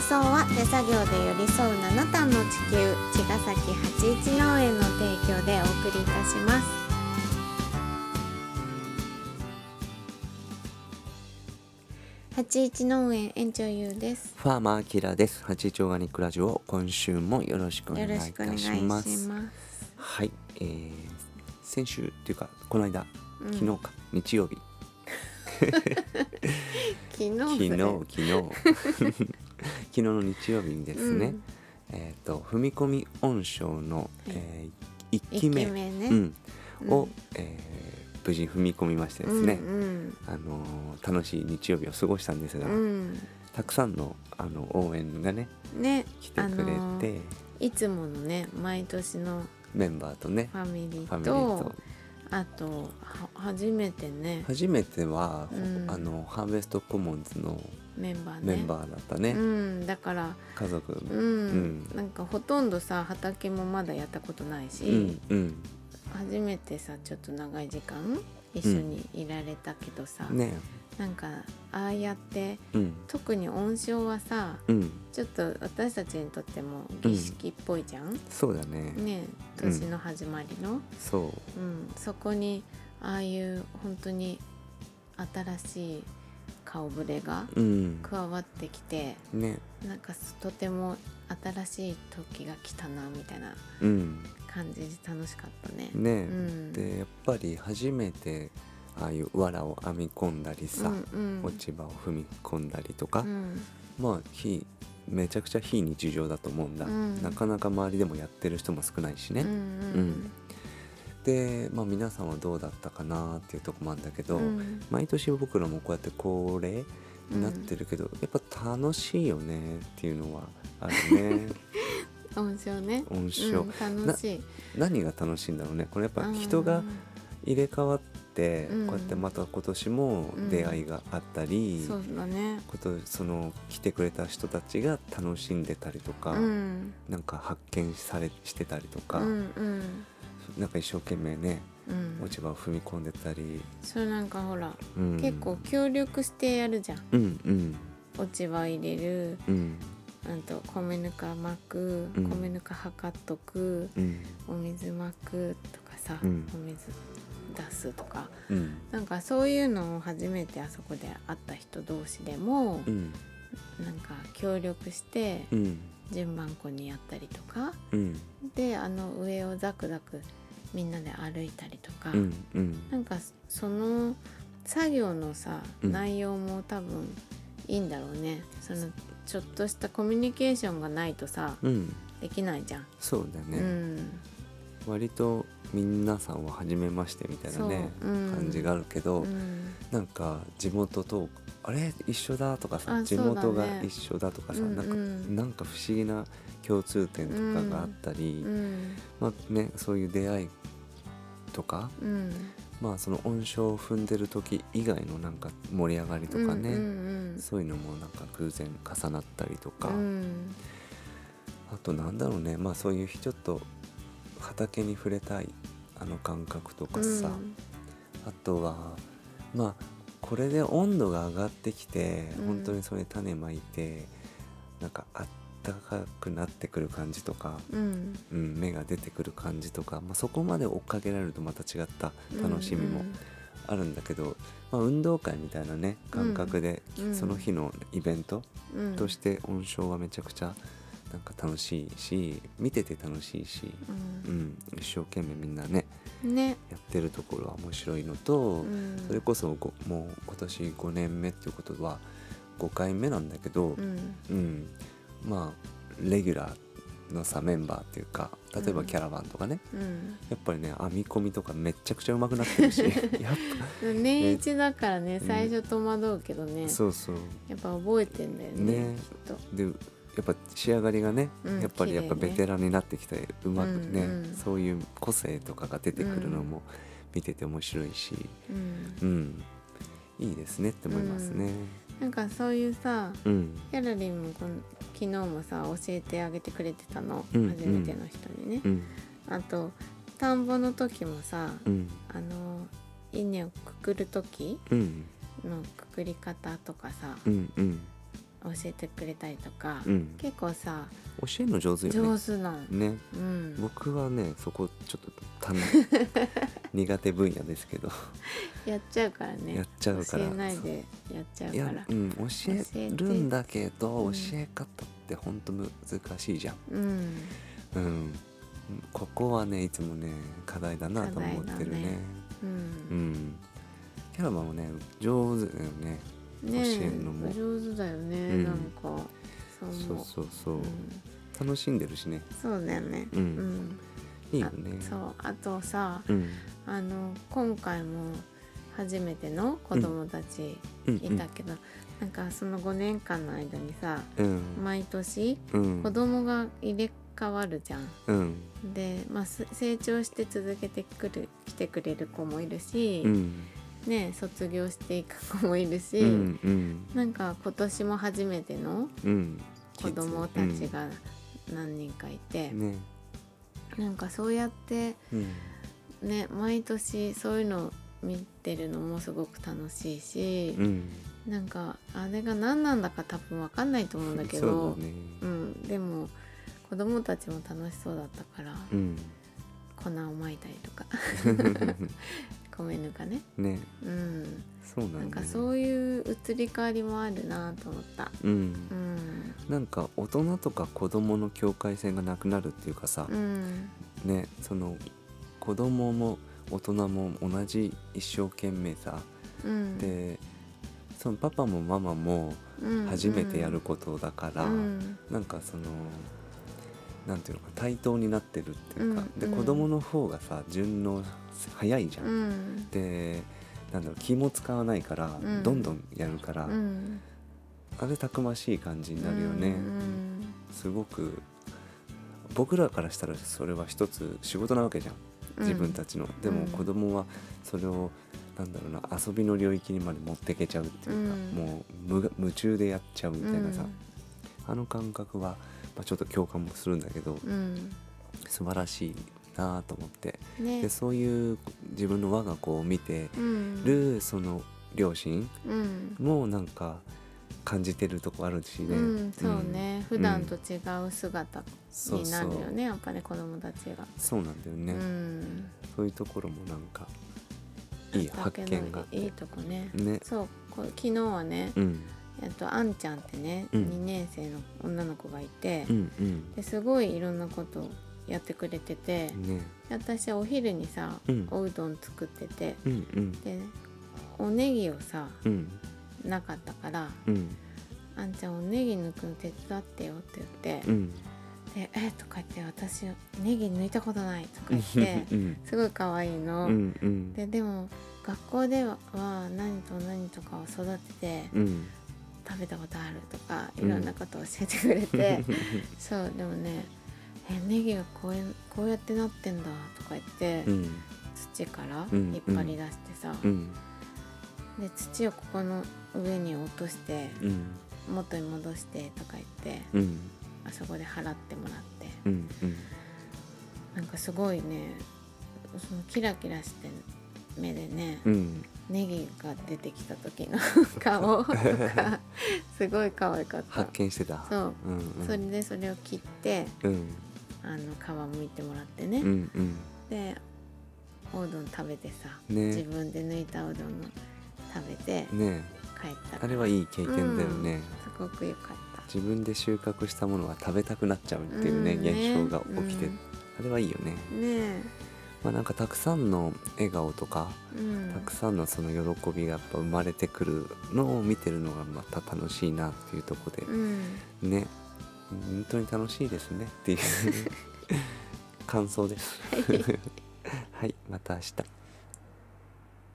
送は手作業で寄り添う7段の地球茅ヶ崎81農園の提供でお送りいたします81農園園長ゆうですファーマーキラです。八丁オーガニックラジオ、今週もよろしくお願よいろいたししくお願まいす。しますはい、えー、先週っていうか、この間、うん昨日か、日曜日、昨日昨日、それ昨 日、昨日の日曜日にですね、うんえっ、と、踏み込み音章の、えー、1 1期期目目ね、うん、を、えー無事踏み込みましてですね、うんあのー楽しい日曜日を過ごしたんですうが、ん、たくさんのあの応援がねうん、ね来てくれて、あのーいつものね毎年のメンバーとねファミリーファとミリーとあとは初めてね初めては、うんあのハーベストコモンズのメンバーねメンバーだったね、うんだから家族う、うんうんなんかほとんどさ畑もまだやったことないし、んうん、初めてさちょっと長い時間一緒にいられたけどさ、ねなんかああやってうん特に音章はさうんちょっと私たちにとっても儀式っぽいじゃん、そうだねねうん年の始まりの、そうんそこにああいう本当に新しい顔ぶれがううん加わってきてねなんかとても新しい時が来たなみたいなうん感じで楽しかったね。ね、うん、でやっぱり初めてああいう藁を編み込んだりさ、うんうん、落ち葉を踏み込んだりとか、うんまあ非めちゃくちゃ非日常だと思うんだ、うんなかなか周りでもやってる人も少ないしね、うんうんで、まあ、皆さんはどうだったかなっていうとこもあるんだけど、うん毎年僕らもこうやって恒例になってるけど、やっぱ楽しいよねっていうのはあるね音章ね、音章、うん、楽しい何が楽しいんだろうねこれやっぱうん人が入れ替わって、うんこうやってまた今年も出会いがあったり、そうだねことその来てくれた人たちが楽しんでたりとか、うんなんか発見されしてたりとか、うんうんなんか一生懸命ねうん落ち葉を踏み込んでたり、それなんかほら、うん結構協力してやるじゃんうんうん落ち葉入れるうんなんと米ぬか巻く、うん米ぬか測っとくうんお水巻くとかさ、うんお水出すとかうんなんかそういうのを初めてあそこで会った人同士でも、うんなんか協力してうん順番こにやったりとかうんであの上をザクザクみんなで歩いたりとか、うんうんなんかその作業のさ、うん内容も多分いいんだろうねそのちょっとしたコミュニケーションがないとさうんできないじゃん、そうだうね、ん割と皆さんは初めましてみたいなね、そううん感じがあるけど、うんなんか地元とあれ一緒だとかさ、あ地そ元うだねが一緒だとかさ、うんうんなんかなんか不思議な共通点とかがあったり、うんまあね、そういう出会いとか、うんまあ、その音章を踏んでる時以外のなんか盛り上がりとかね、うんうんそういうのもなんか偶然重なったりとか、うんあとなんだろうね、まあ、そういうちょっと畑に触れたいあの感覚とかさ、うんあとはまあこれで温度が上がってきて、うん本当にそれ種まいてなんかあったかくなってくる感じとか、うんうん、芽が出てくる感じとか、まあ、そこまで追っかけられるとまた違った楽しみもあるんだけど、まあ、運動会みたいなね感覚で、うんその日のイベントうんうんとして音章はめちゃくちゃなんか楽しいし見てて楽しいし、う、うん一生懸命みんなねんね、やってるところは面白いのと、うんそれこそごもう今年5年目っていうことは5回目なんだけどう、んうんまあレギュラーのさメンバーっていうか例えばうんキャラバンとかね、うんやっぱりね編み込みとかめちゃくちゃうまくなっ てるしやっ年一だからねうん最初戸惑うけどね、ぱそうそうやっぱ覚えてんだよねねきっと。でやっぱ仕上がりがね、うんやっぱり綺や麗っねぱベテランになってきてうまくね、うんうんそういう個性とかが出てくるのも見てて面白いし、うんうん、いいですねって思いますね。なんかそういうさうん、ギャラリーもこの昨日もさ教えてあげてくれてたの、うん初めての人にね、うん、あと田んぼの時もさ、うん、あの稲をくくる時うん、のくくり方とかさうん、うん、教えてくれたりとか、うん、教結構さえるの上手よ上ね手なの、ねうん、僕はねそこちょっと足 んない苦手分野ですけどやっちゃうからねやっちゃうから教えないでやっちゃういやか、らうん、教えるんだけどうん教え方ってほんと難しいじゃん、うんうん、ここはねいつもね課題だなと思って課題だるねねう、うんんキャラバンもね上手だよねね教えるのも上手だよね、んなんかそうそ思ううそうそう、うん楽しんでるしねそうだよねうんいいよねあそうあとさうんあの今回も初めての子供たちうんいたけど、なんかその5年間の間にさうん毎年うん子供が入れ替わるじゃん。うんで、まあ、す成長して続けてくる来てくれる子もいるし、うんね、卒業していく子もいるし、うんうんなんか今年も初めてのうん子供たち、が何人かいてう、ん、ねなんかそうやってうんね毎年そういうの見てるのもすごく楽しいし、うんなんかあれが何なんだか多分わかんないと思うんだけそどうだねうん、でも子供たちも楽しそうだったから、うん粉をまいたりとか 米ぬかね、 ねうん、そうなんだ、ね、なんかそういう移り変わりもあるなと思った、うんうんなんか大人とか子供の境界線がなくなるっていうかさう、ん、ねその子供も大人も同じ一生懸命さ、うん、でそのパパもママもうん初めてやることだから、うんなんかそのなんていうのか対等になってるっていうか、うんでうん子供の方がさ順応早いじゃん。うんでなんだろう気も使わないから、うんどんどんやるから、うん、あれたくましい感じになるよね。うんすごく僕らからしたらそれは一つ仕事なわけじゃんうん自分たちの、でうもん子供はそれをなんだろうな遊びの領域にまで持ってけちゃうっていうか、うんもう無夢中でやっちゃうみたいなさ、うんあの感覚は、まあ、ちょっと共感もするんだけどうん素晴らしいなと思ってねでそういう自分の我が子を見てうんるその両親うんもなんか感じてるとこあるしね、うん、そうね、う普ん段と違う姿そうになるよそうねやっぱね子供たちが。そうなんだよね、うん、そういうところもなんかいい発畑見のがあっていいとこね。ねそうこ昨日はね、うんえっとあんちゃんってね、うん2年生の女の子がいて、うんうんですごいいろんなことをやってくれてて、ね私はお昼にさ、うんおうどん作っててうんうんでおネギをさうんなかったからうん「あんちゃんおネギ抜くの手伝ってよ」って言ってうん「でえとか言って「私ネギ抜いたことない」とかう言ってん。うん すごい可愛いの、うんうんででも学校ではは何と何とかを育ててうん食べたことあるとかいうんろんなことを教えてくれて、 そうでもねえネギがこうやこうやってなってんだとか言って、うん土からうん引っ張り出してさ、うんで土をここの上に落としてうん元に戻してとか言ってうんあそこで払ってもらってうんなんかすごいねそのキラキラして目でね、うんネギが出てきた時の 顔とかすごい可愛かった発見してたそううんうんそれでそれを切ってうんあの皮むいてもらってね、うんうんでおうどん食べてさ、ね自分で抜いたおうどんを食べてね帰ったあれはいい経験だよね、すごく良かった自分で収穫したものは食べたくなっちゃうっていうね、うん現象が起きて、うんあれはいいよね、ねまあ、なんかたくさんの笑顔とかえ、うん、たくさんのその喜びがやっぱ生まれてくるのを見てるのがまた楽しいなっていうところうんでね本当に楽しいですね っていう感想です。はい、また明日。